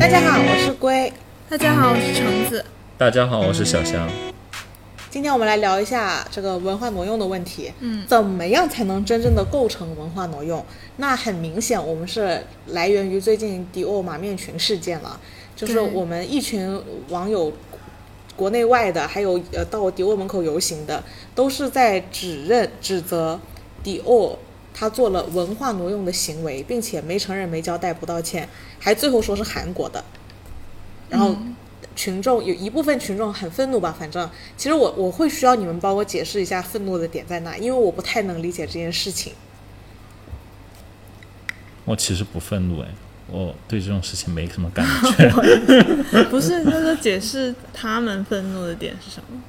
大家好，我是龟。大家好，我是橙子。大家好，我是小香。今天我们来聊一下这个文化挪用的问题。嗯，怎么样才能真正的构成文化挪用？那很明显，我们是来源于最近迪奥马面裙事件了，就是对我们一群网友。国内外的，还有呃到迪奥门口游行的，都是在指认指责迪奥他做了文化挪用的行为，并且没承认、没交代、不道歉，还最后说是韩国的。然后群众有一部分群众很愤怒吧，反正其实我我会需要你们帮我解释一下愤怒的点在哪，因为我不太能理解这件事情。我其实不愤怒哎，我对这种事情没什么感 觉。 不是，他说解释他们愤怒的点是什么？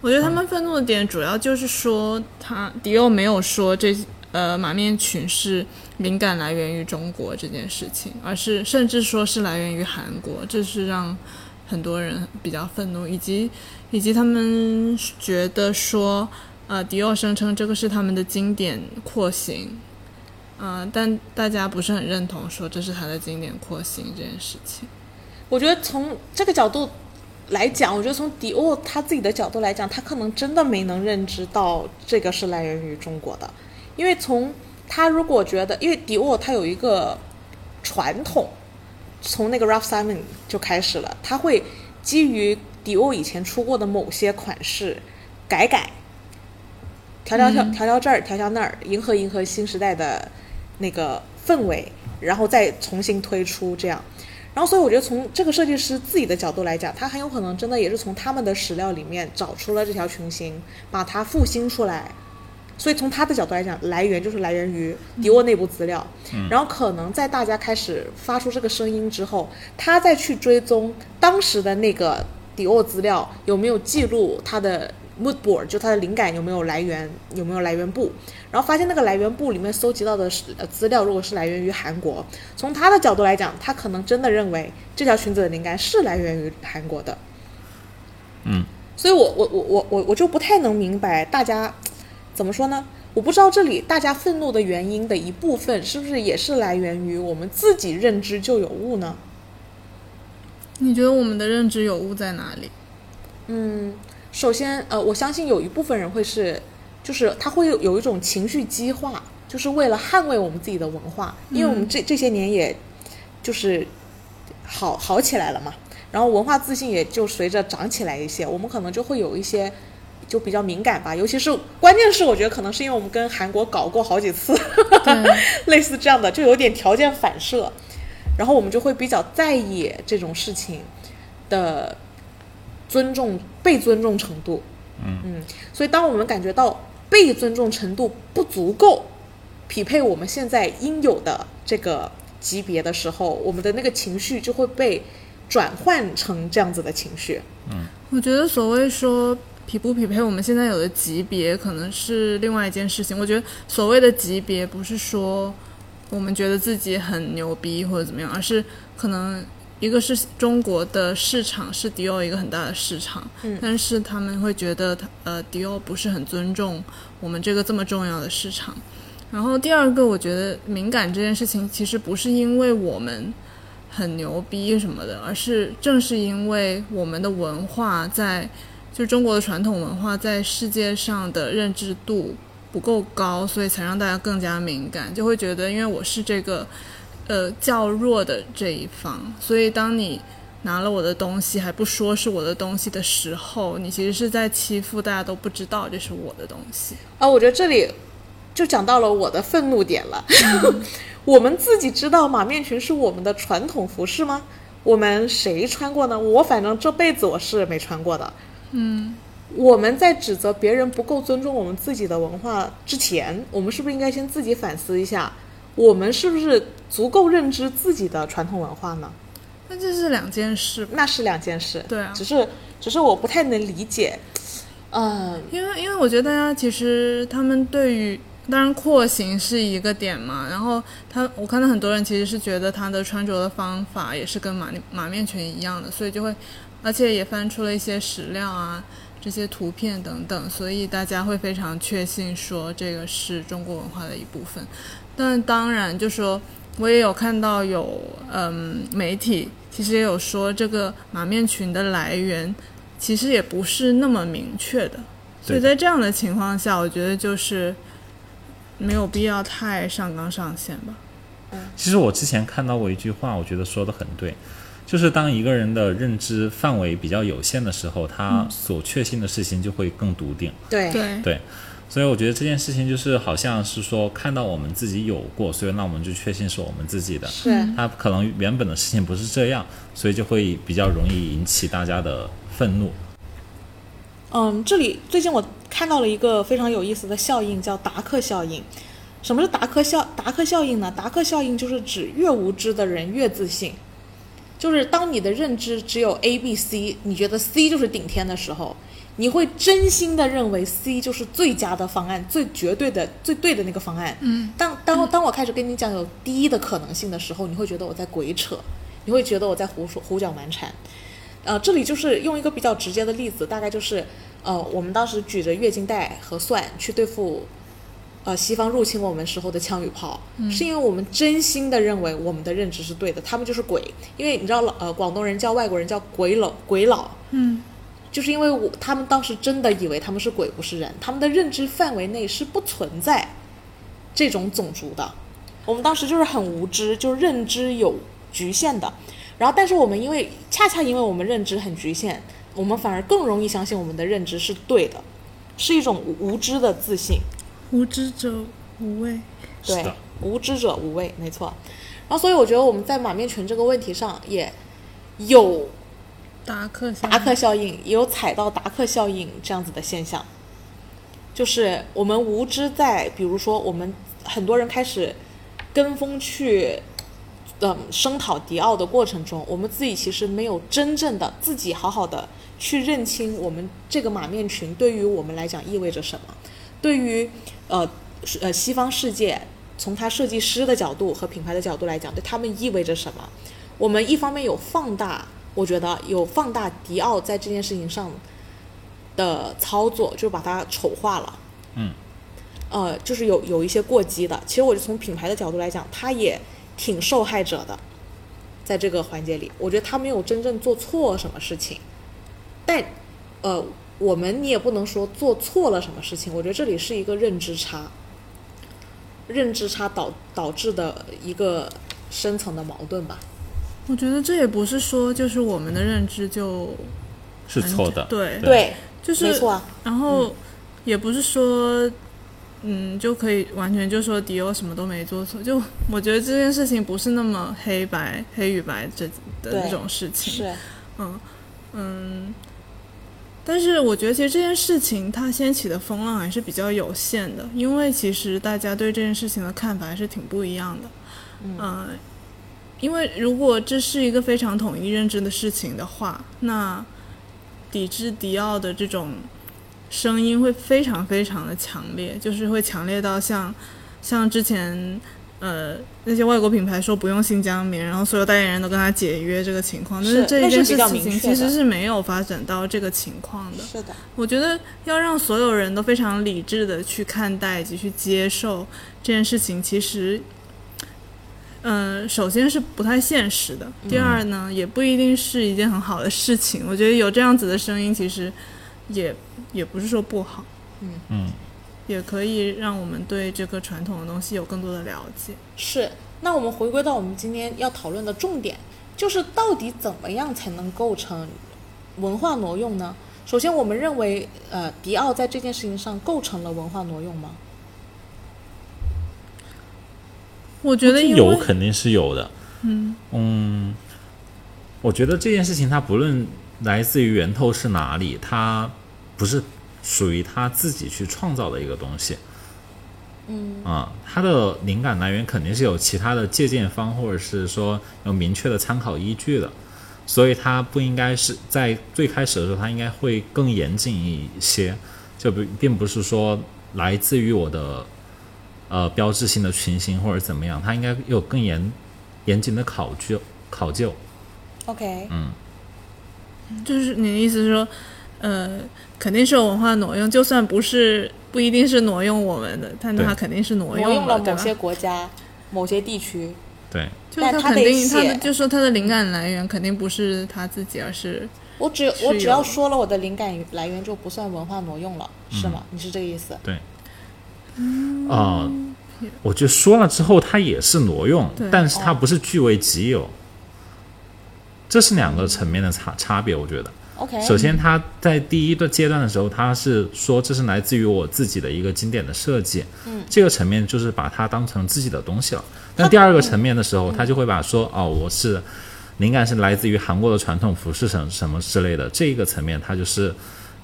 我觉得他们愤怒的点主要就是说他，迪奥没有说这呃马面裙是灵感来源于中国这件事情，而是甚至说是来源于韩国，这是让很多人比较愤怒，以及以及他们觉得说，呃，迪奥声称这个是他们的经典廓形。嗯、但大家不是很认同说这是他的经典廓形这件事情。我觉得从这个角度来讲，我觉得从迪奥他自己的角度来讲，他可能真的没能认知到这个是来源于中国的，因为从他如果觉得，因为迪奥他有一个传统，从那个 Ralph Simon 就开始了，他会基于迪奥以前出过的某些款式改改，调调调调调这儿，调调那儿，迎合迎合新时代的那个氛围，然后再重新推出这样。然后，所以我觉得从这个设计师自己的角度来讲，他很有可能真的也是从他们的史料里面找出了这条裙型，把它复兴出来。所以从他的角度来讲，来源就是来源于迪奥内部资料。然后可能在大家开始发出这个声音之后，他再去追踪当时的那个迪奥资料有没有记录他的 mood board，就他的灵感有没有来源，有没有来源部。然后发现那个来源部里面搜集到的是呃资料，如果是来源于韩国，从他的角度来讲，他可能真的认为这条裙子的灵感是来源于韩国的。嗯，所以我我我我我我就不太能明白大家怎么说呢？我不知道这里大家愤怒的原因的一部分是不是也是来源于我们自己认知就有误呢？你觉得我们的认知有误在哪里？嗯，首先呃，我相信有一部分人会是，就是他会有有一种情绪激化，就是为了捍卫我们自己的文化，因为我们这这些年也就是好好起来了嘛，然后文化自信也就随着长起来一些，我们可能就会有一些就比较敏感吧，尤其是关键是我觉得可能是因为我们跟韩国搞过好几次对，类似这样的，就有点条件反射，然后我们就会比较在意这种事情的尊重被尊重程度，嗯所以当我们感觉到被尊重程度不足够，匹配我们现在应有的这个级别的时候，我们的那个情绪就会被转换成这样子的情绪。我觉得所谓说匹不匹配，我们现在有的级别可能是另外一件事情。我觉得所谓的级别，不是说我们觉得自己很牛逼或者怎么样，而是可能一个是中国的市场是迪奥一个很大的市场，但是他们会觉得他呃迪奥不是很尊重我们这个这么重要的市场。然后第二个，我觉得敏感这件事情其实不是因为我们很牛逼什么的，而是正是因为我们的文化在，就中国的传统文化在世界上的认知度不够高，所以才让大家更加敏感，就会觉得因为我是这个呃较弱的这一方，所以当你拿了我的东西还不说是我的东西的时候，你其实是在欺负大家都不知道这是我的东西。啊，我觉得这里就讲到了我的愤怒点了。 我们自己知道马面裙是我们的传统服饰吗？我们谁穿过呢？我反正这辈子我是没穿过的。嗯，我们在指责别人不够尊重我们自己的文化之前，我们是不是应该先自己反思一下，我们是不是足够认知自己的传统文化呢？那这是两件事吧那是两件事。对啊只是只是我不太能理解，嗯、因为因为我觉得大家其实他们对于当然廓形是一个点嘛，然后他我看到很多人其实是觉得他的穿着的方法也是跟马马面裙一样的，所以就会，而且也翻出了一些史料啊。这些图片等等，所以大家会非常确信说这个是中国文化的一部分。但当然，就说我也有看到有嗯媒体其实也有说这个马面裙的来源其实也不是那么明确的，所以对在这样的情况下，我觉得就是没有必要太上纲上线吧。其实我之前看到过一句话，我觉得说的很对，就是当一个人的认知范围比较有限的时候，他所确信的事情就会更笃定。对对对，所以我觉得这件事情就是好像是说看到我们自己有过，所以那我们就确信是我们自己的。是、他可能原本的事情不是这样，所以就会比较容易引起大家的愤怒。嗯，这里最近我看到了一个非常有意思的效应，叫达克效应。什么是达克效达克效应呢？达克效应就是指越无知的人越自信，就是当你的认知只有 A、B、C，你觉得 C 就是顶天的时候，你会真心的认为 C 就是最佳的方案、最绝对的、最对的那个方案。嗯，当当当我开始跟你讲有第一的可能性的时候，你会觉得我在鬼扯，你会觉得我在胡说胡搅蛮缠。呃，这里就是用一个比较直接的例子，大概就是，呃，我们当时举着月经带和蒜去对付，呃，西方入侵我们时候的枪与炮，是因为我们真心的认为我们的认知是对的，他们就是鬼，因为你知道老呃广东人叫外国人叫鬼佬鬼佬，嗯，就是因为我他们当时真的以为他们是鬼不是人，他们的认知范围内是不存在这种种族的。我们当时就是很无知，就是认知有局限的。然后，但是我们因为恰恰因为我们认知很局限，我们反而更容易相信我们的认知是对的，是一种无无知的自信。无知者无畏。是对的，无知者无畏，没错。然后，所以我觉得我们在马面裙这个问题上也有达克夏达克效应，也有踩到达克效应这样子的现象，就是我们无知在，比如说我们很多人开始跟风去，嗯，声讨迪奥的过程中，我们自己其实没有真正的自己好好的去认清我们这个马面裙对于我们来讲意味着什么，对于呃是呃西方世界，从它设计师的角度和品牌的角度来讲，对他们意味着什么？我们一方面有放大，我觉得有放大迪奥在这件事情上的操作，就是把它丑化了。嗯，呃，就是有有一些过激的。其实我就从品牌的角度来讲，它也挺受害者的，在这个环节里，我觉得他没有真正做错什么事情，但呃，我们你也不能说做错了什么事情，我觉得这里是一个认知差，认知差导导致的一个深层的矛盾吧。我觉得这也不是说就是我们的认知就是错的。对对就是没错啊，然后也不是说，嗯，就可以完全就说迪欧什么都没做错。就我觉得这件事情不是那么黑白黑与白这的对那种事情。是嗯，但是我觉得其实这件事情它掀起的风浪还是比较有限的，因为其实大家对这件事情的看法还是挺不一样的。嗯、因为如果这是一个非常统一认知的事情的话，那抵制迪奥的这种声音会非常非常的强烈，就是会强烈到像像之前。呃，那些外国品牌说不用新疆棉，然后所有代言人都跟他解约这个情况，但是这那一是件比事较明情确其实的是没有发展到这个情况的。是的，我觉得要让所有人都非常理智的去看待以及去接受这件事情，其实，嗯、首先是不太现实的。第二呢，也不一定是一件很好的事情。我觉得有这样子的声音，其实也也不是说不好，嗯，也可以让我们对这个传统的东西有更多的了解。是。那我们回归到我们今天要讨论的重点，就是到底怎么样才能构成文化挪用呢？首先，我们认为，呃，迪奥在这件事情上构成了文化挪用吗？我觉得因为有肯定是有的。嗯我觉得这件事情它不论来自于源头是哪里，它不是属于他自己去创造的一个东西。嗯啊，它的灵感来源肯定是有其他的借鉴方，或者是说有明确的参考依据的。所以它不应该是在最开始的时候，它应该会更严谨一些，就不并不是说来自于我的呃标志性的群星或者怎么样，它应该有更严严谨的考究考究。 OK，就是你的意思是说，呃，肯定是有文化挪用，就算不是不一定是挪用我们的，但对他肯定是挪挪用用了对某吧些国家、某些地区，对，就但他他肯得定他的写就说他的灵感来源肯定不是他自己，而是我只我是只要有说了我的灵感来源，就不算文化挪用了，是吗？你是这个意思？对，啊、我觉得说了之后，它也是挪用对，但是它不是据为己有，这是两个层面的差差别，我觉得。 OK，首先，他在第一个阶段的时候，他是说这是来自于我自己的一个经典的设计，嗯，这个层面就是把它当成自己的东西了。哦但第二个层面的时候，他就会把说哦，我是灵感是来自于韩国的传统服饰什什么之类的，这一个层面它就是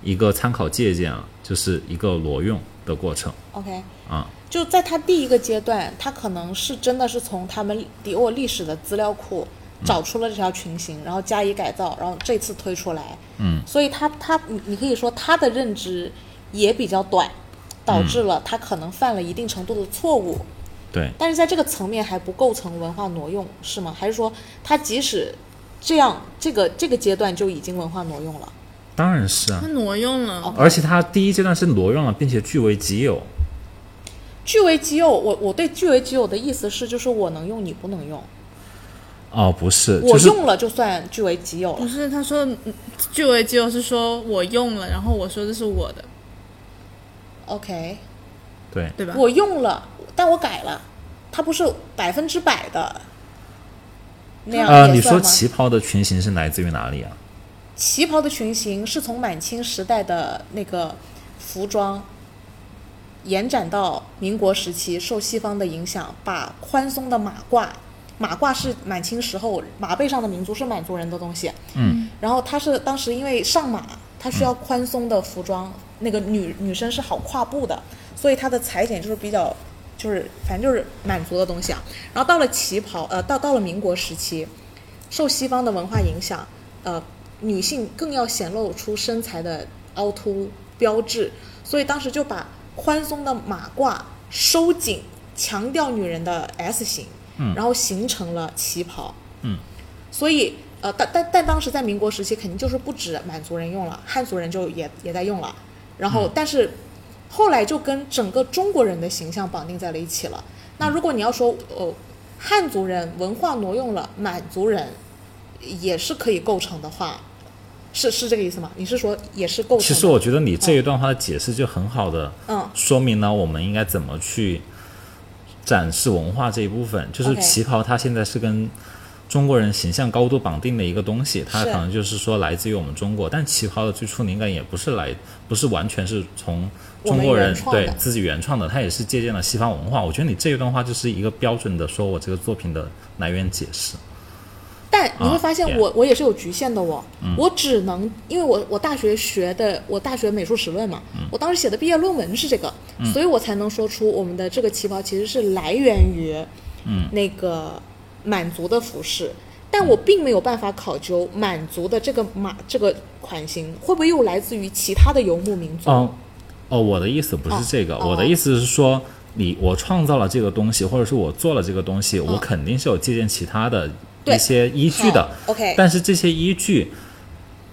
一个参考借鉴了，就是一个挪用的过程 OK，啊、就在他第一个阶段，他可能是真的是从他们迪奥历史的资料库找出了这条裙型，然后加以改造，然后这次推出来。嗯，所以他他你你可以说他的认知也比较短，导致了他可能犯了一定程度的错误。对，但是在这个层面还不构成文化挪用，是吗？还是说他即使这样，这个这个阶段就已经文化挪用了？当然是啊嗯他，挪用哦了。而且他第一阶段是挪用了，并且据为己有，据为己有，我我对据为己有的意思是，就是我能用，你不能用，哦，不是，就我是用了就算据为己有了不。是，他说嗯据为己有是说我用了，然后我说这是我的， OK，对，啊对吧？我用了，但我改了，它不是百分之百的那样也呃，算吗。你说旗袍的裙型是来自于哪里啊？旗袍的裙型是从满清时代的那个服装，延展到民国时期，受西方的影响，把宽松的马褂，马褂是满清时候马背上的民族是满族人的东西，嗯，然后它是当时因为上马，它需要宽松的服装，那个女女生是好跨步的，所以它的裁剪就是比较，就是反正就是满族的东西啊。然后到了旗袍，呃，到到了民国时期，受西方的文化影响，呃，女性更要显露出身材的凹凸标志，所以当时就把宽松的马褂收紧，强调女人的 S 型，嗯然后形成了旗袍。嗯，所以呃，但但但当时在民国时期，肯定就是不止满族人用了，汉族人就也也在用了。然嗯后，但是后来就跟整个中国人的形象绑定在了一起了。那如果你要说呃，汉族人文化挪用了满族人，也是可以构成的话，是是这个意思吗？你是说也是构成的？其实我觉得你这一段话的解释就很好的嗯说明了我们应该怎么去展示文化这一部分。就是 OK 旗袍，它现在是跟中国人形象高度绑定的一个东西，它是可能就是说来自于我们中国，但旗袍的最初灵感也不是来，不是完全是从我中们国原人创对的自己原创的，它也是借鉴了西方文化。我觉得你这一段话就是一个标准的说我这个作品的来源解释。但你会发现啊嗯我，我、也是有局限的哦，我只能因为我我大学学的我大学美术史论嘛，嗯我当时写的毕业论文是这个，所以我才能说出我们的这个旗袍其实是来源于嗯那个满族的服饰，但我并没有办法考究满族的这个马这个款型会不会又来自于其他的游牧民族。哦，哦，我的意思不是这个，哦我的意思是说，你我创造了这个东西，或者是我做了这个东西，我肯定是有借鉴其他的嗯对一些依据的。好，OK 但是这些依据，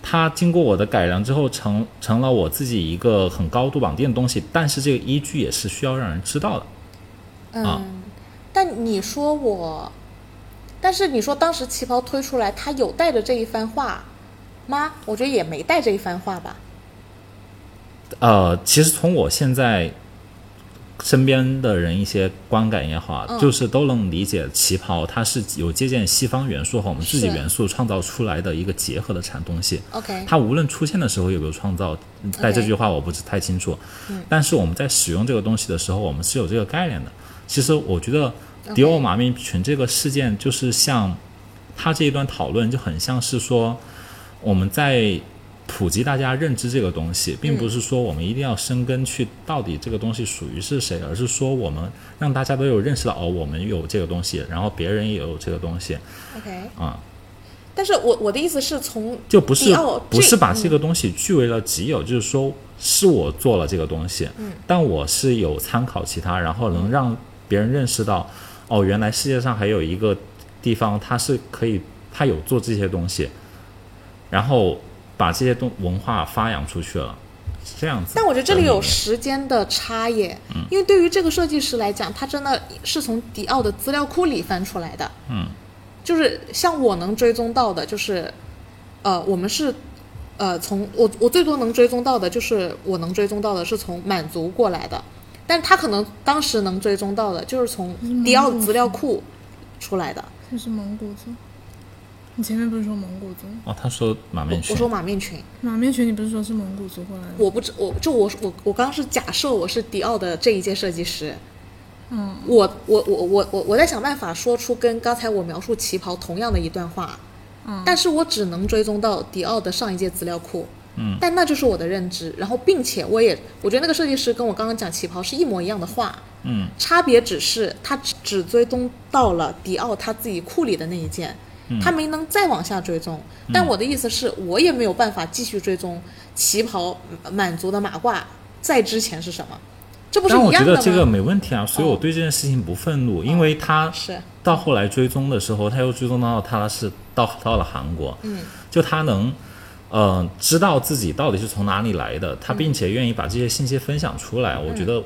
它经过我的改良之后成，成了我自己一个很高度绑定的东西。但是这个依据也是需要让人知道的。啊嗯，但你说我，但是你说当时旗袍推出来，他有带着这一番话吗？我觉得也没带这一番话吧。呃，其实从我现在身边的人一些观感也好啊，就是都能理解旗袍它是有借鉴西方元素和我们自己是元素创造出来的一个结合的产东西。 OK，它无论出现的时候有没有创造，在这句话我不是太清楚。但是我们在使用这个东西的时候，我们是有这个概念的。其实我觉得迪奥马面裙这个事件，就是像他这一段讨论，就很像是说我们在普及大家认知这个东西，并不是说我们一定要深根去到底这个东西属于是谁，而是说我们让大家都有认识到哦，我们有这个东西，然后别人也有这个东西 OK，啊。但是我我的意思是从就不是迪奥不是把哦这嗯这个东西据为了己有，就是说是我做了这个东西，但我是有参考其他，然后能让别人认识到，哦，原来世界上还有一个地方，它是可以，它有做这些东西，然后把这些东文化发扬出去了。是这样子。但我觉得这里有时间的差异，因为对于这个设计师来讲，他真的是从迪奥的资料库里翻出来的。嗯，就是像我能追踪到的，就是呃，我们是呃从我我最多能追踪到的就是我能追踪到的是从满族过来的，但他可能当时能追踪到的就是从迪奥的资料库出来的。这是蒙古族。你前面不是说蒙古族？哦，他说马面我裙，说马面裙，马面裙，你不是说是蒙古族过来的？我不知我就我我我刚刚是假设我是迪奥的这一届设计师，嗯，我我我我我我在想办法说出跟刚才我描述旗袍同样的一段话，嗯但是我只能追踪到迪奥的上一届资料库，嗯，但那就是我的认知，然后并且我也我觉得那个设计师跟我刚刚讲旗袍是一模一样的话，嗯差别只是他只只追踪到了迪奥他自己库里的那一件，嗯他没能再往下追踪。但我的意思是，我也没有办法继续追踪旗袍呃满族的马褂在之前是什么，这不是但一我觉样的得吗？这个没问题啊，所以哦我对这件事情不愤怒，因为他是到后来追踪的时候，他又追踪到他是到到了韩国，嗯，就他能，呃，知道自己到底是从哪里来的，他并且愿意把这些信息分享出来，我觉得，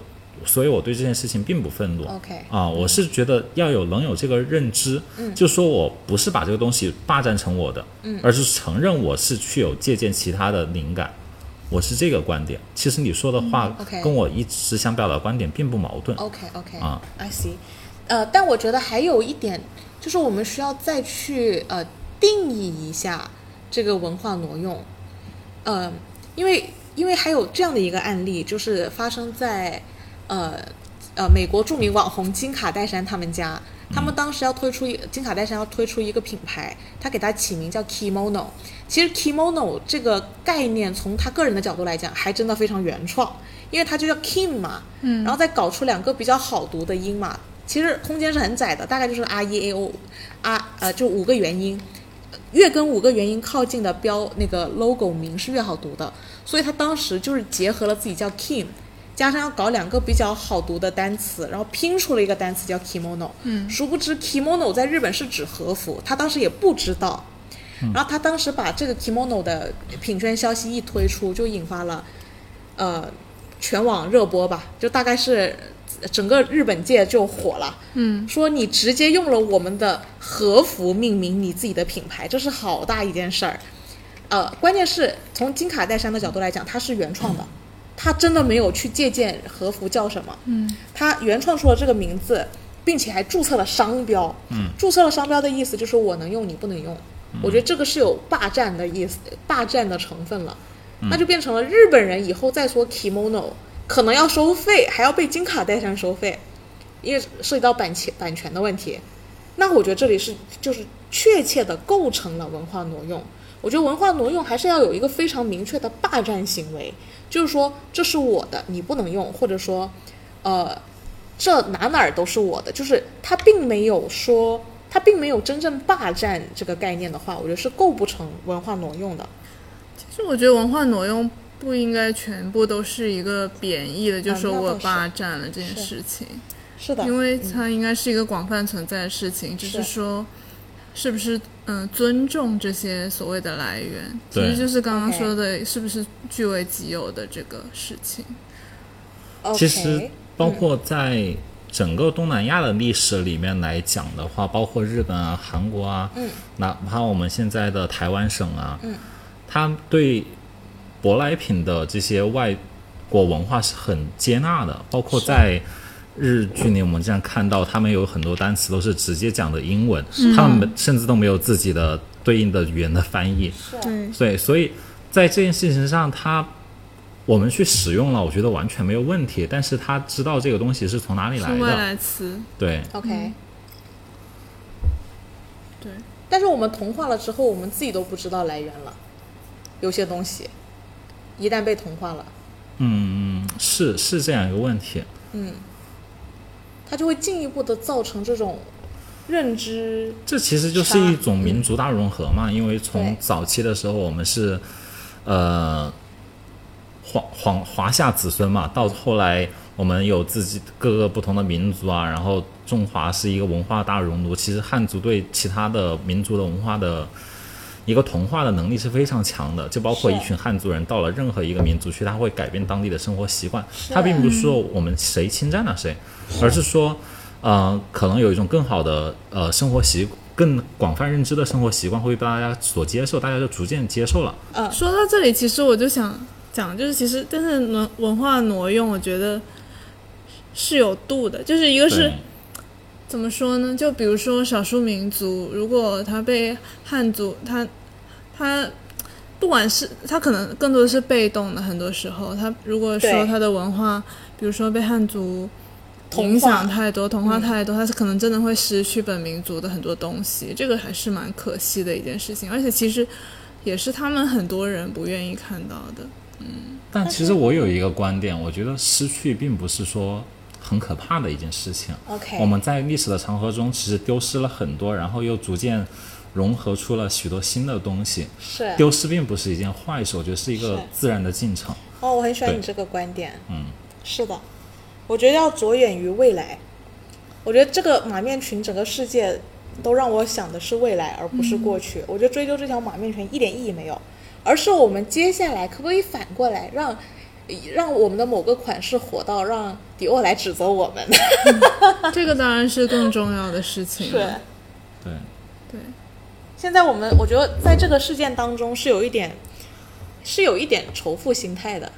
所以我对这件事情并不愤怒。嗯 OK 嗯啊，我是觉得要有能有这个认知，就说我不是把这个东西霸占成我的，而是承认我是去有借鉴其他的灵感。我是这个观点，其实你说的话嗯 OK 哦跟我一直想表达的观点并不矛盾。 OK OK 啊 I see，呃，但我觉得还有一点就是我们需要再去呃定义一下这个文化挪用，呃，因为因为还有这样的一个案例，就是发生在呃呃美国著名网红金卡戴珊他们家，他们当时要推出一金卡戴珊要推出一个品牌，他给它起名叫 Kimono。其实 Kimono 这个概念从他个人的角度来讲，还真的非常原创，因为它就叫 Kim 嘛，嗯，然后再搞出两个比较好读的音嘛。其实空间是很窄的，大概就是 R E A O，啊呃就五个元音，越跟五个元音靠近的标那个 logo 名是越好读的，所以他当时就是结合了自己叫 Kim，加上要搞两个比较好读的单词，然后拼出了一个单词叫 kimono。嗯，殊不知 kimono 在日本是指和服，他当时也不知道。然后他当时把这个 kimono 的品宣消息一推出，就引发了呃全网热播吧，就大概是整个日本界就火了。嗯，说你直接用了我们的和服命名你自己的品牌，这是好大一件事儿。呃，关键是从金卡戴珊的角度来讲，它是原创的，它真的没有去借鉴和服叫什么，嗯，它原创出了这个名字，并且还注册了商标，嗯，注册了商标的意思就是我能用，你不能用。我觉得这个是有霸占的意思，霸占的成分了，那就变成了日本人以后再说 kimono 可能要收费，还要被金卡戴珊收费，因为涉及到版权版权的问题。那我觉得这里是就是确切的构成了文化挪用。我觉得文化挪用还是要有一个非常明确的霸占行为，就是说这是我的，你不能用，或者说，呃，这哪哪儿都是我的，就是他并没有说他并没有真正霸占这个概念的话，我觉得是构不成文化挪用的。其实我觉得文化挪用不应该全部都是一个贬义的，就说啊那我倒是霸占了这件事情，是的，因为它应该是一个广泛存在的事情，只是是说是不是嗯、呃尊重这些所谓的来源，其对实就是刚刚 OK 说的，是不是据为己有的这个事情。其实 OK，嗯包括在整个东南亚的历史里面来讲的话，包括日本啊、韩国啊，嗯，哪怕我们现在的台湾省啊，嗯，它对舶来品的这些外国文化是很接纳的，包括在。日剧里我们这样看到，他们有很多单词都是直接讲的英文，他们甚至都没有自己的对应的语言的翻译。是啊对，对，所以在这件事情上，他我们去使用了，我觉得完全没有问题。但是他知道这个东西是从哪里来是外的，来词，对， OK。对，但是我们同化了之后，我们自己都不知道来源了，有些东西一旦被同化了，嗯，是是这样一个问题。它就会进一步的造成这种认知。这其实就是一种民族大融合嘛，因为从对早期的时候我们是，呃，华皇华夏子孙嘛，到后来我们有自己各个不同的民族啊，然后中华是一个文化大熔炉，其实汉族对其他的民族的文化的一个同化的能力是非常强的。就包括一群汉族人到了任何一个民族去，他会改变当地的生活习惯。啊他并不是说我们谁侵占了谁，而是说，呃，可能有一种更好的呃生活习。更广泛认知的生活习惯会被大家所接受，大家就逐渐接受了。说到这里，其实我就想讲，就是其实但是文文化挪用，我觉得是有度的，就是一个是对怎么说呢？就比如说少数民族，如果他被汉族，他他不管是他可能更多的是被动的，很多时候他如果说对他的文化，比如说被汉族同影响化嗯太多，同化太多，他是可能真的会失去本民族的很多东西，这个还是蛮可惜的一件事情。而且其实也是他们很多人不愿意看到 的。但其实我有一个观点，我觉得失去并不是说很可怕的一件事情。 OK 我们在历史的长河中，其实丢失了很多，然后又逐渐融合出了许多新的东西。是丢失并不是一件坏事，我觉得是一个是自然的进程。哦，我很喜欢你对这个观点。嗯，是的，我觉得要着眼于未来。我觉得这个马面裙整个世界都让我想的是未来，而不是过嗯去。我觉得追究这条马面裙一点意义没有，而是我们接下来可不可以反过来让让我们的某个款式火到让迪奥来指责我们？这个当然是更重要的事情对了。。对，对，现在我们我觉得在这个事件当中是有一点，是有一点仇富心态的，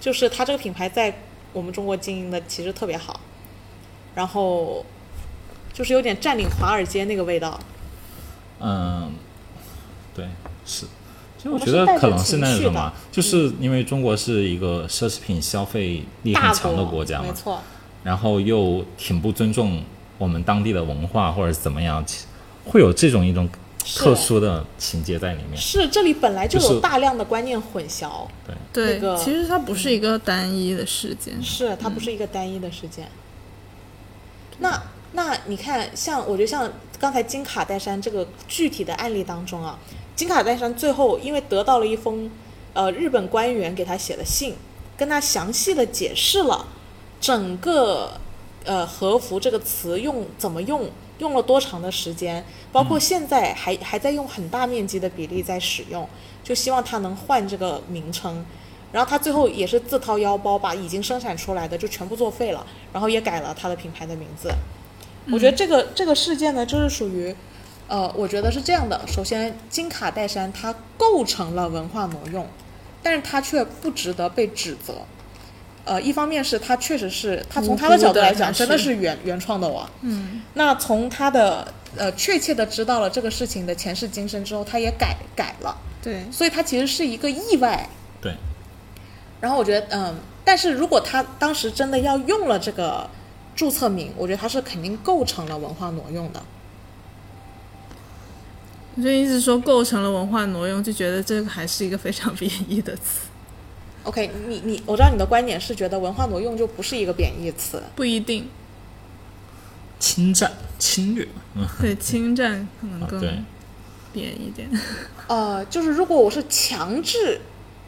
就是它这个品牌在我们中国经营的其实特别好，然后就是有点占领华尔街那个味道。嗯，对，是。其实我我们觉是得带着可能是情那绪什的么，就是因为中国是一个奢侈品消费力大很强的国家嘛没，错，然后又挺不尊重我们当地的文化或者怎么样，其会有这种一种是特殊的情节在里面。是这里本来就就有是大量的观念混淆，对，对，那个嗯其实它不是一个单一的事件。是它不是一个单一的事件。那那你看，像我觉得像刚才金卡戴珊这个具体的案例当中啊，金卡戴珊最后因为得到了一封呃日本官员给他写的信，跟他详细的解释了整个呃和服这个词用怎么用，用了多长的时间，包括现在还还在用很大面积的比例在使用，就希望它能换这个名称。然后他最后也是自掏腰包把已经生产出来的就全部作废了，然后也改了他的品牌的名字。我嗯觉得这个这个事件呢，就是属于，呃，我觉得是这样的。首先，金卡戴珊它构成了文化挪用，但是它却不值得被指责。呃，一方面是它确实是它从它的无辜的角度来讲，它是真的是原原创的哇。嗯。那从它的呃确切的知道了这个事情的前世今生之后，它也改改了，对，所以它其实是一个意外。对，然后我觉得，嗯，但是如果他当时真的要用了这个注册名，我觉得他是肯定构成了文化挪用的。我就一直说构成了文化挪用，就觉得这个还是一个非常贬义的词。 OK，你你我知道你的观点是觉得文化挪用就不是一个贬义词，不一定，侵占、侵略，嗯，对侵占可能啊更对，贬一点。呃，就是如果我是强制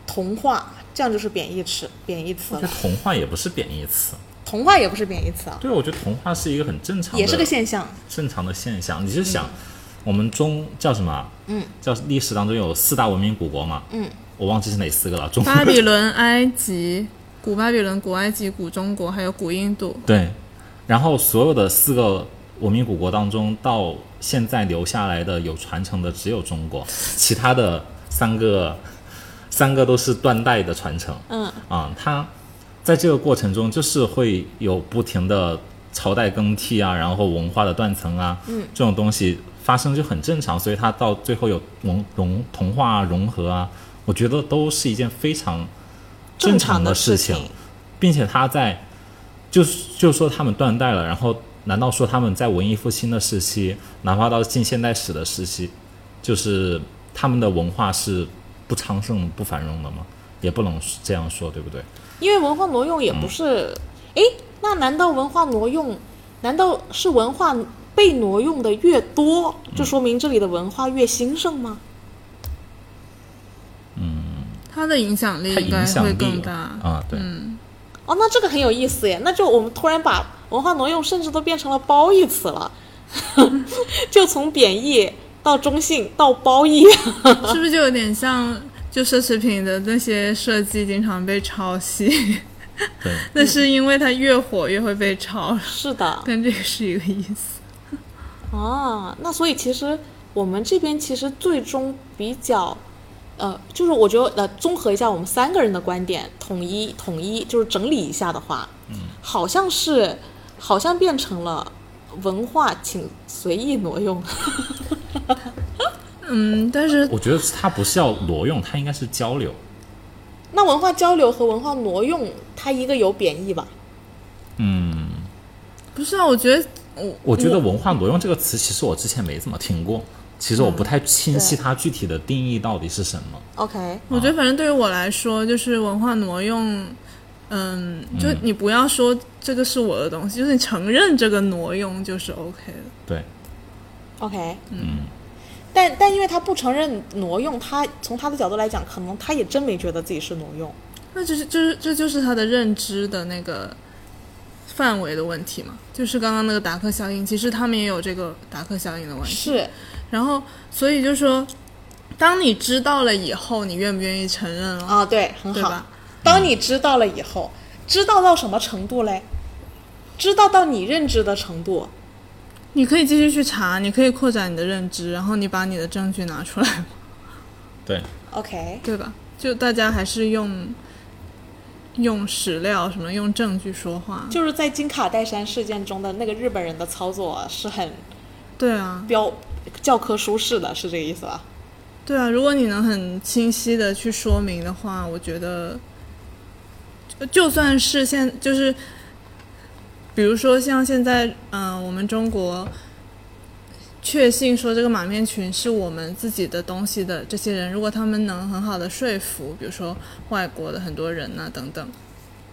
同化，这样就是贬义词，贬义词我觉了得。同化也不是贬义词。同化也不是贬义词啊，对，我觉得同化是一个很正常的，也是个现象。正常的现象。你就想，我们中叫什么啊？嗯，叫历史当中有四大文明古国嘛？嗯，我忘记是哪四个了。中巴比伦、 埃及、古巴比伦、古埃及、古中国，还有古印度， 对，然后所有的四个文明古国当中，到现在留下来的有传承的只有中国，其他的三个三个都是断代的传承。嗯啊，它在这个过程中就是会有不停的朝代更替啊，然后文化的断层啊，嗯，这种东西发生就很正常，所以它到最后有融融同化、啊、融合啊，我觉得都是一件非常正常的正常的事事情并且它在就是就说他们断代了，然后难道说他们在文艺复兴的时期，哪怕到近现代史的时期，就是他们的文化是不昌盛、不繁荣的吗？也不能这样说，对不对？因为文化挪用也不是，诶，那难道文化挪用，难道是文化被挪用的越多，就说明这里的文化越兴盛吗？它的影响力它应该影响会力更大。嗯啊，对，哦，那这个很有意思耶，那就我们突然把 文化挪用甚至都变成了褒义词了，就从贬义到中信，到啊包易，是不是就有点像就奢侈品的那些设计经常被抄袭？对， 那是因为它越火越会被抄，是的，跟这个是一个意思。啊，那所以其实我们这边其实最终比较，呃，就是我觉得呃，综合一下我们三个人的观点，统一统一就是整理一下的话，嗯，好像是好像变成了文化，请随意挪用， 嗯，但是我觉得它不是要挪用，它应该是交流。嗯那文化交流和文化挪用，它一个有贬义吧？嗯，不是啊？我觉得我我觉得“文化挪用”这个词，其实我之前没怎么听过，其实我不太清晰它具体的定义到底是什么。 OK，我觉得反正对于我来说，就是文化挪用，嗯，就你不要说这个是我的东西，就是你承认这个挪用就是 OK 的。对， OK，嗯，但但因为他不承认挪用，他从他的角度来讲，可能他也真没觉得自己是挪用。那就是就是这就是他的认知的那个范围的问题嘛，就是刚刚那个达克效应，其实他们也有这个达克效应的问题。是，然后所以就说，当你知道了以后，你愿不愿意承认了？啊，对，很对好吧。当嗯你知道了以后，知道到什么程度嘞？知道到你认知的程度，你可以继续去查，你可以扩展你的认知，然后你把你的证据拿出来嘛，对， OK，对吧？就大家还是用用史料什么用证据说话，就是在金卡戴珊事件中的那个日本人的操作是很对啊，标教科书式的，是这个意思吧？对啊。如果你能很清晰的去说明的话，我觉得就就算是现就是，比如说像现在，嗯、我们中国确信说这个马面裙是我们自己的东西的这些人，如果他们能很好的说服，比如说外国的很多人呐、等等，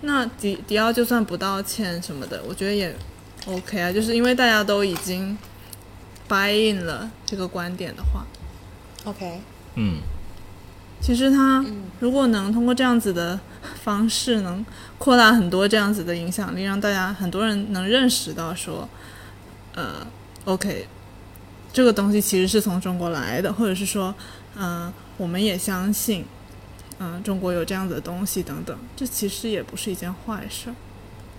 那迪迪奥就算不道歉什么的，我觉得也 OK 啊，就是因为大家都已经 buy in 了这个观点的话， OK，嗯，其实他嗯如果能通过这样子的方式，能扩大很多这样子的影响力，让大家很多人能认识到说，呃，OK，这个东西其实是从中国来的，或者是说，呃，我们也相信，嗯、中国有这样子的东西等等，这其实也不是一件坏事儿，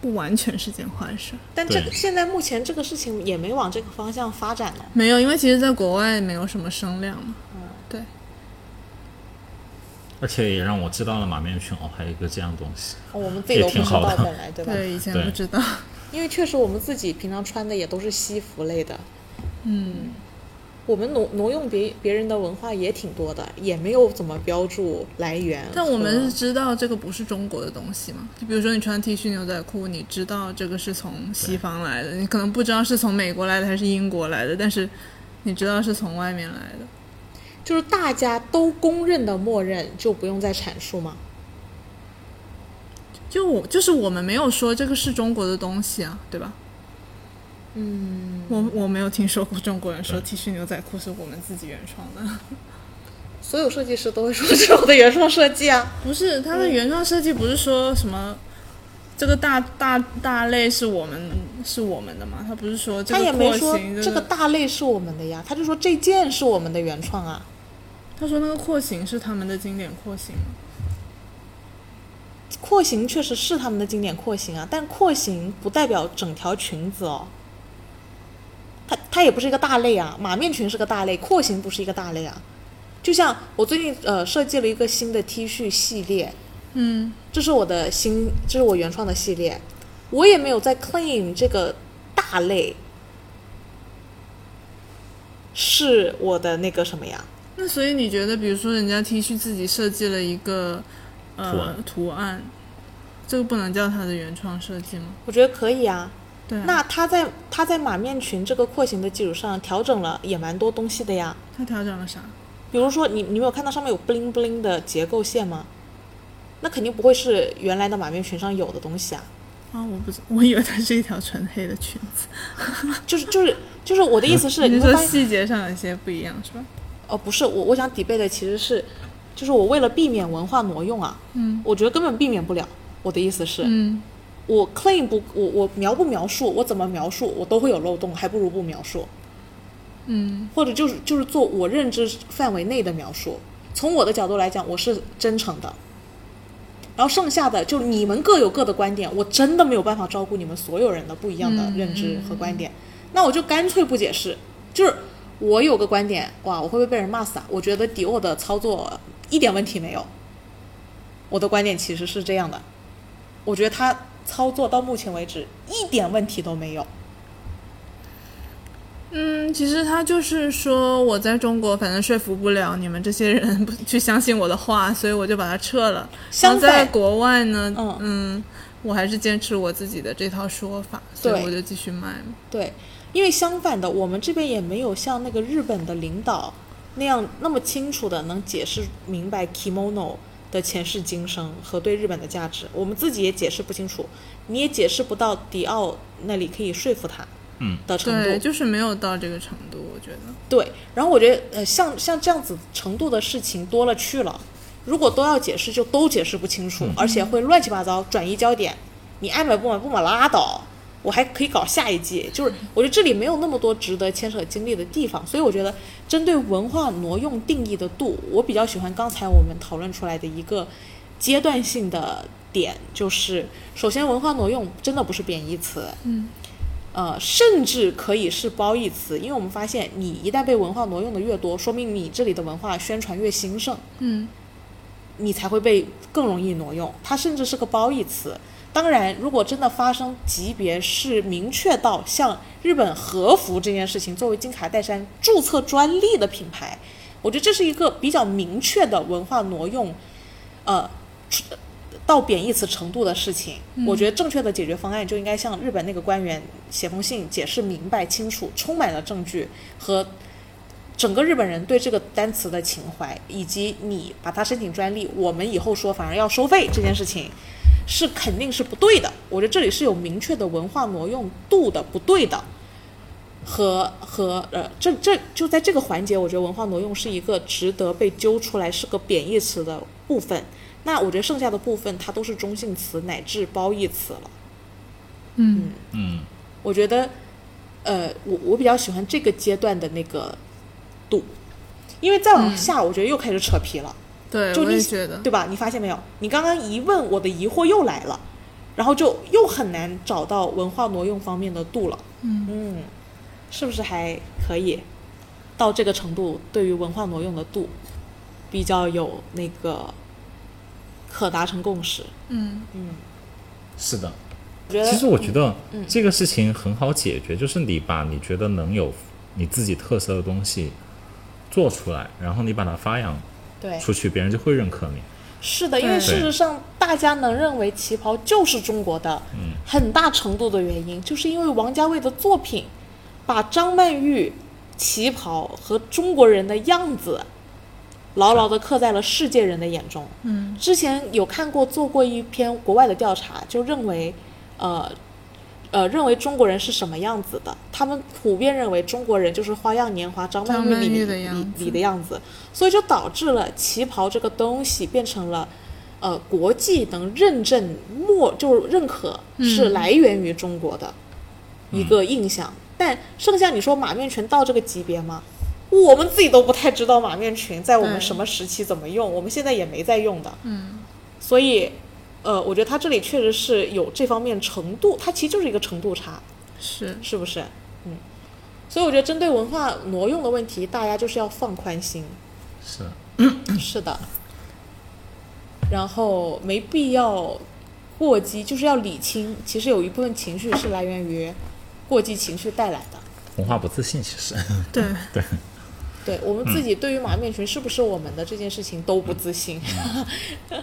不完全是件坏事儿。但这对个现在目前这个事情也没往这个方向发展呢。没有，因为其实在国外没有什么声量嘛。对，而且也让我知道了马面裙哦，还有一个这样东西。哦我们自己都不也挺知好道的本来 对吧？对，以前对不知道。因为确实我们自己平常穿的也都是西服类的，嗯，我们挪挪用别别人的文化也挺多的，也没有怎么标注来源。但我们是知道这个不是中国的东西嘛？就比如说你穿 T 恤、牛仔裤，你知道这个是从西方来的，你可能不知道是从美国来的还是英国来的，但是你知道是从外面来的。就是大家都公认的默认，就不用再阐述嘛。就我就是我们没有说这个是中国的东西啊，对吧？嗯，我我没有听说过中国人说 T 恤、牛仔裤是我们自己原创的， 所有设计师都会说这是我的原创设计啊。不是它的原创设计不是说什么。这个大大大类是我们是我们的嘛？他不是说这他个也没说廓形就是这个大类是我们的呀，他就说这件是我们的原创啊。他说那个廓形是他们的经典廓形吗，廓形确实是他们的经典廓形啊，但廓形不代表整条裙子哦。它它也不是一个大类啊，马面裙是个大类，廓形不是一个大类啊。就像我最近呃设计了一个新的 T 恤系列，嗯，这是我的新，这是我原创的系列，我也没有在 claim 这个大类是我的那个什么呀？那所以你觉得，比如说人家 T 恤自己设计了一个图呃案图案，这个不能叫它的原创设计吗？我觉得可以啊。对啊，那他在他在马面裙这个廓形的基础上调整了也蛮多东西的呀。他调整了啥？比如说你你没有看到上面有 bling bling 的结构线吗？那肯定不会是原来的马面裙上有的东西啊。啊，我不知，我以为它是一条纯黑的裙子。就是就是就是我的意思是， 你你是会说发现细节上有些不一样是吧？哦，不是我我想 debate 的其实是，就是我为了避免文化挪用啊，嗯，我觉得根本避免不了。我的意思是，嗯，我 claim 不我我描不描述，我怎么描述，我都会有漏洞，还不如不描述。嗯或者就是就是做我认知范围内的描述。从我的角度来讲，我是真诚的。然后剩下的就你们各有各的观点，我真的没有办法照顾你们所有人的不一样的认知和观点，那我就干脆不解释。就是我有个观点，哇，我会不会被人骂死啊？我觉得迪奥的操作一点问题没有。我的观点其实是这样的，我觉得他操作到目前为止一点问题都没有。嗯，其实他就是说我在中国反正说服不了你们这些人 不去相信我的话，所以我就把它撤了。然相后反在国外呢，嗯嗯我还是坚持我自己的这套说法，对所以我就继续卖嘛。对，因为相反的，我们这边也没有像那个日本的领导那样那么清楚的能解释明白 kimono 的前世今生和对日本的价值，我们自己也解释不清楚，你也解释不到迪奥那里可以说服他嗯的程度。对，就是没有到这个程度，我觉得。对，然后我觉得，呃，像像这样子程度的事情多了去了，如果都要解释，就都解释不清楚，嗯而且会乱七八糟，转移焦点。你爱买不买不买拉倒，我还可以搞下一季。就是我觉得这里没有那么多值得牵扯精力的地方，所以我觉得针对文化挪用定义的度，我比较喜欢刚才我们讨论出来的一个阶段性的点，就是首先文化挪用真的不是贬义词，呃，甚至可以是褒义词，因为我们发现，你一旦被文化挪用的越多，说明你这里的文化宣传越兴盛，嗯，你才会被更容易挪用。它甚至是个褒义词。当然，如果真的发生级别是明确到像日本和服这件事情作为金卡戴珊注册专利的品牌，我觉得这是一个比较明确的文化挪用，呃，出到贬义词程度的事情。我觉得正确的解决方案就应该像日本那个官员写封信解释明白清楚，充满了证据和整个日本人对这个单词的情怀，以及你把它申请专利，我们以后说反而要收费这件事情，是肯定是不对的。我觉得这里是有明确的文化挪用度的不对的，和和呃，这这就在这个环节，我觉得文化挪用是一个值得被揪出来是个贬义词的部分。那我觉得剩下的部分它都是中性词乃至褒义词了。嗯嗯，我觉得，呃，我我比较喜欢这个阶段的那个度，因为再往下，我觉得又开始扯皮了，对，就我你也觉得。对吧？你发现没有？你刚刚一问，我的疑惑又来了，然后就又很难找到文化挪用方面的度了。嗯是不是还可以到这个程度？对于文化挪用的度，比较有那个可达成共识。嗯是的。我觉得其实我觉得这个事情很好解决，就是你把你觉得能有你自己特色的东西做出来，然后你把它发扬对，出去，别人就会认可你。是的，因为对事实上，大家能认为旗袍就是中国的，很大程度的原因，就是因为王家卫的作品把张曼玉旗袍和中国人的样子牢牢地刻在了世界人的眼中。嗯之前有看过做过一篇国外的调查，就认为，呃，呃，认为中国人是什么样子的？他们普遍认为中国人就是《花样年华》张曼张曼玉里玉的样里子里的样子，所以就导致了旗袍这个东西变成了，呃，国际能认证默就是认可嗯是来源于中国的一个印象。但剩下你说马面裙到这个级别吗？我们自己都不太知道马面裙在我们对什么时期怎么用，我们现在也没在用的。嗯所以，呃，我觉得他这里确实是有这方面程度，它其实就是一个程度差，是是不是？嗯，所以我觉得针对文化挪用的问题，大家就是要放宽心，是，是的，然后没必要过激，就是要理清，其实有一部分情绪是来源于过激情绪带来的。文化不自信，其实对，对我们自己对于马面裙是不是我们的这件事情都不自信，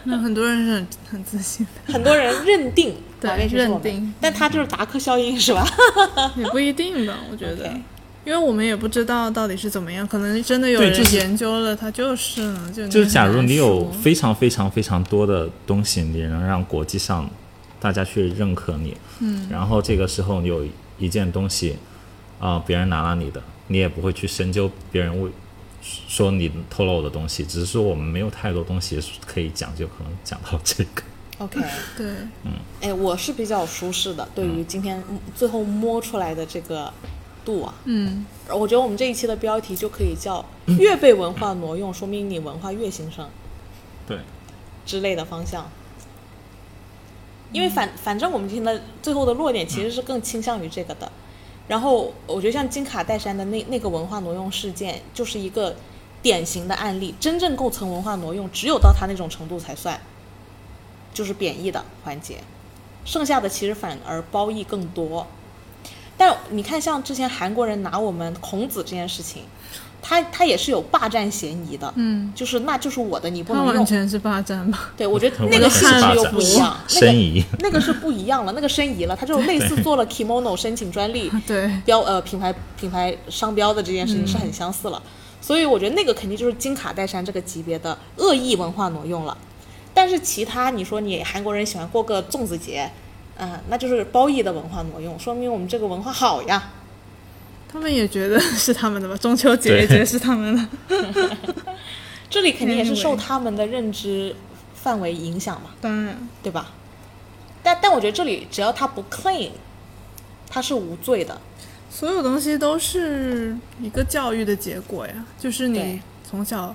那很多人是很很自信的，很多人认定对马面裙是我们认定但他就是达克效应是 吧？也不一定吧，我觉得 OK 因为我们也不知道到底是怎么样，可能真的有对人就是研究了，它就是呢，就就是很假如难你有说非常非常非常多的东西，你能让国际上大家去认可你，嗯，然后这个时候你有一件东西，啊、别人拿了你的，你也不会去深究别人为说你偷了我的东西，只是说我们没有太多东西可以讲，就可能讲到这个。 OK，对，哎，我是比较舒适的，对于今天嗯最后摸出来的这个度啊。嗯，我觉得我们这一期的标题就可以叫“越被文化挪用，说明你文化越兴盛 对，”之类的方向。因为嗯反反正我们今天的最后的落点其实是更倾向于这个的。然后我觉得像金卡戴珊的那那个文化挪用事件，就是一个典型的案例。真正构成文化挪用，只有到他那种程度才算，就是贬义的环节。剩下的其实反而褒义更多。但你看，像之前韩国人拿我们孔子这件事情，他他也是有霸占嫌疑的，嗯，就是那就是我的，你不他能用。完全是霸 占吧？对，我觉得 我那的个性汉质子又不一 样，那申个遗，那个是不一样了，那个申遗了，他就类似做了 kimono 申请专利对，标呃品牌品牌商标的这件事情是很相似了，所以我觉得那个肯定就是金卡戴珊这个级别的恶意文化挪用了。但是其他你说你韩国人喜欢过个粽子节，嗯、那就是褒义的文化挪用，说明我们这个文化好呀。他们也觉得是他们的吧？中秋节也觉得是他们的， 这里肯定也是受他们的认知范围影响嘛，当然，对吧？但但我觉得这里只要他不 claim，他是无罪的。所有东西都是一个教育的结果呀，就是你对从小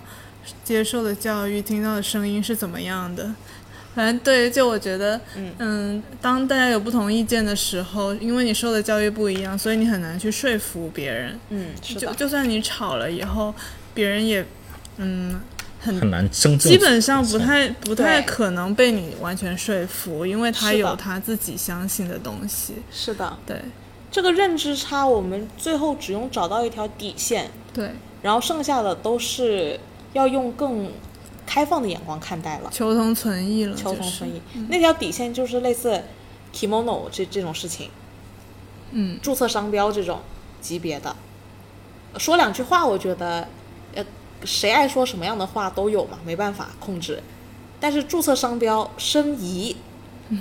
接受的教育、听到的声音是怎么样的。反正对，就我觉得，嗯当大家有不同意见的时候，因为你受的教育不一样，所以你很难去说服别人。嗯，是就的，就算你吵了以后，别人也，嗯，很很难争正。基本上不太不太对可能被你完全说服，因为他是的有他自己相信的东西。是的。对这个认知差，我们最后只用找到一条底线，对，然后剩下的都是要用更开放的眼光看待了，求同存异了、就是，求同存异。那条底线就是类似 kimono 这这种事情，嗯，注册商标这种级别的。说两句话，我觉得，呃，谁爱说什么样的话都有嘛，没办法控制。但是注册商标申遗，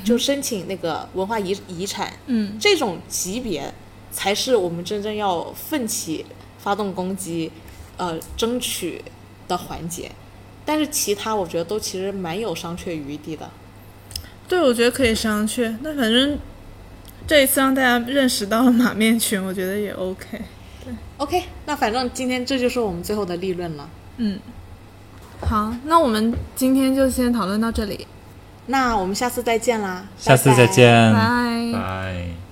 就申请那个文化遗遗产，嗯，这种级别才是我们真正要奋起发动攻击，呃，争取的环节。但是其他我觉得都其实蛮有商榷余地的。对，我觉得可以商榷。那反正这一次让大家认识到了马面群，我觉得也 OK。 OK，那反正今天这就是我们最后的立论了。嗯，好，那我们今天就先讨论到这里，那我们下次再见啦，下次拜拜再见，拜嗯拜。